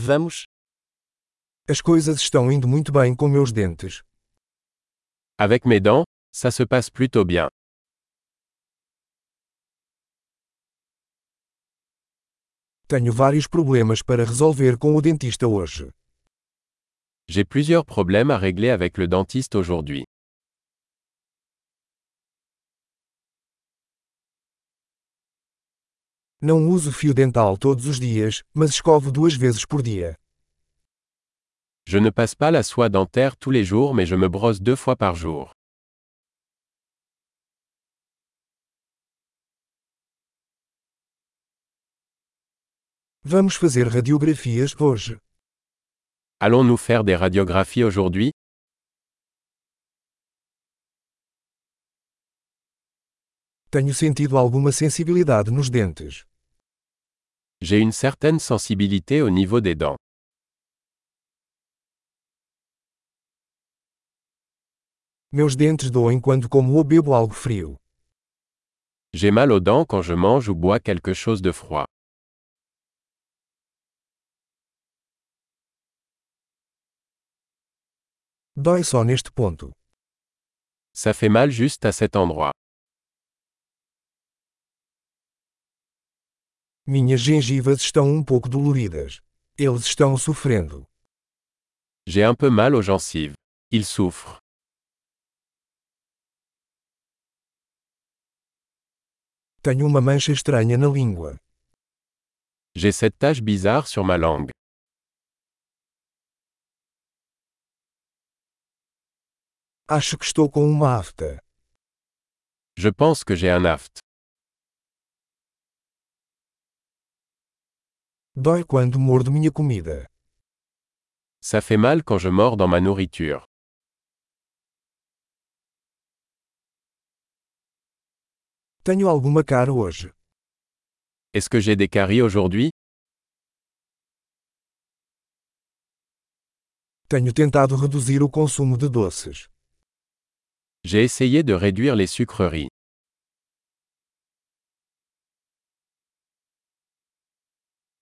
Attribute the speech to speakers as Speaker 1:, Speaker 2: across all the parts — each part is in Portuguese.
Speaker 1: Vamos.
Speaker 2: As coisas estão indo muito bem com meus dentes.
Speaker 1: Avec mes dents, ça se passe plutôt bien.
Speaker 2: Tenho vários problemas para resolver com o dentista hoje.
Speaker 1: J'ai plusieurs problèmes à régler avec le dentiste aujourd'hui.
Speaker 2: Não uso fio dental todos os dias, mas escovo duas vezes por dia.
Speaker 1: Je ne passe pas la soie dentaire tous les jours mais je me brosse deux fois par jour.
Speaker 2: Vamos fazer radiografias hoje.
Speaker 1: Allons-nous faire des radiographies aujourd'hui
Speaker 2: Tenho sentido alguma sensibilidade nos dentes.
Speaker 1: J'ai une certaine sensibilité au niveau des dents.
Speaker 2: Meus dentes doem quando como ou bebo algo frio.
Speaker 1: J'ai mal aux dents quand je mange ou bois quelque chose de froid.
Speaker 2: Dói só neste ponto.
Speaker 1: Ça fait mal juste à cet endroit.
Speaker 2: Minhas gengivas estão um pouco doloridas. Eles estão sofrendo.
Speaker 1: J'ai un peu mal aux gencives. Il souffre.
Speaker 2: Tenho uma mancha estranha na língua.
Speaker 1: J'ai cette tache bizarre sur ma langue.
Speaker 2: Acho que estou com uma afta.
Speaker 1: Je pense que j'ai un aft.
Speaker 2: Dói quando mordo minha comida.
Speaker 1: Ça fait mal quand je mords dans ma nourriture.
Speaker 2: Tenho alguma cara hoje.
Speaker 1: Est-ce que j'ai des caries aujourd'hui
Speaker 2: Tenho tentado reduzir o consumo de doces.
Speaker 1: J'ai essayé de réduire les sucreries.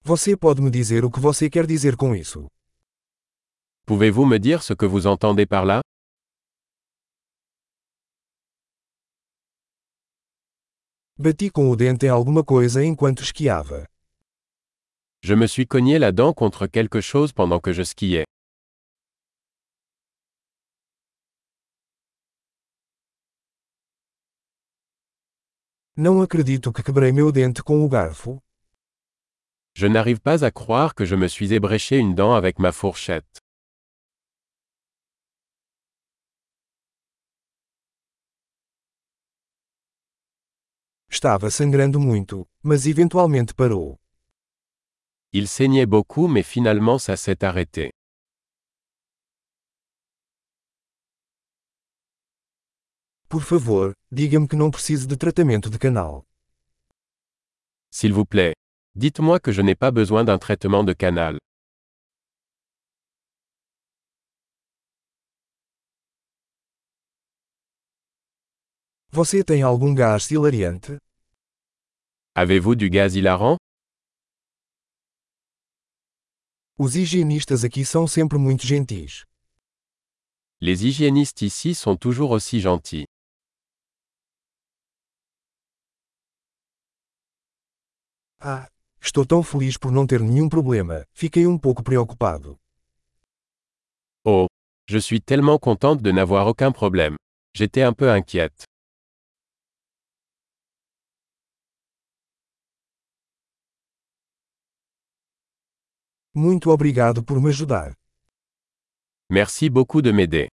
Speaker 2: Você pode me dizer o que você quer dizer com isso?
Speaker 1: Pouvez-vous me dire ce que vous entendez par là
Speaker 2: Bati com o dente em alguma coisa enquanto esquiava.
Speaker 1: Je me suis cogné la dent contre quelque chose pendant que je skiais.
Speaker 2: Não acredito que quebrei meu dente com o garfo.
Speaker 1: Je n'arrive pas à croire que je me suis ébréché une dent avec ma fourchette.
Speaker 2: Estava sangrando muito, mas eventualmente parou.
Speaker 1: Il saignait beaucoup mais finalement ça s'est arrêté.
Speaker 2: Por favor, diga-me que não preciso de tratamento de canal.
Speaker 1: S'il vous plaît, dites-moi que je n'ai pas besoin d'un traitement de canal.
Speaker 2: Você tem algum gás hilariante?
Speaker 1: Avez-vous du gaz hilarant
Speaker 2: Os higienistas aqui são sempre muito gentis.
Speaker 1: Les hygiénistes ici sont toujours aussi gentils.
Speaker 2: Ah, estou tão feliz por não ter nenhum problema, fiquei um pouco preocupado.
Speaker 1: Oh, je suis tellement contente de n'avoir aucun problème. J'étais un peu inquiète.
Speaker 2: Muito obrigado por me ajudar.
Speaker 1: Merci beaucoup de m'aider.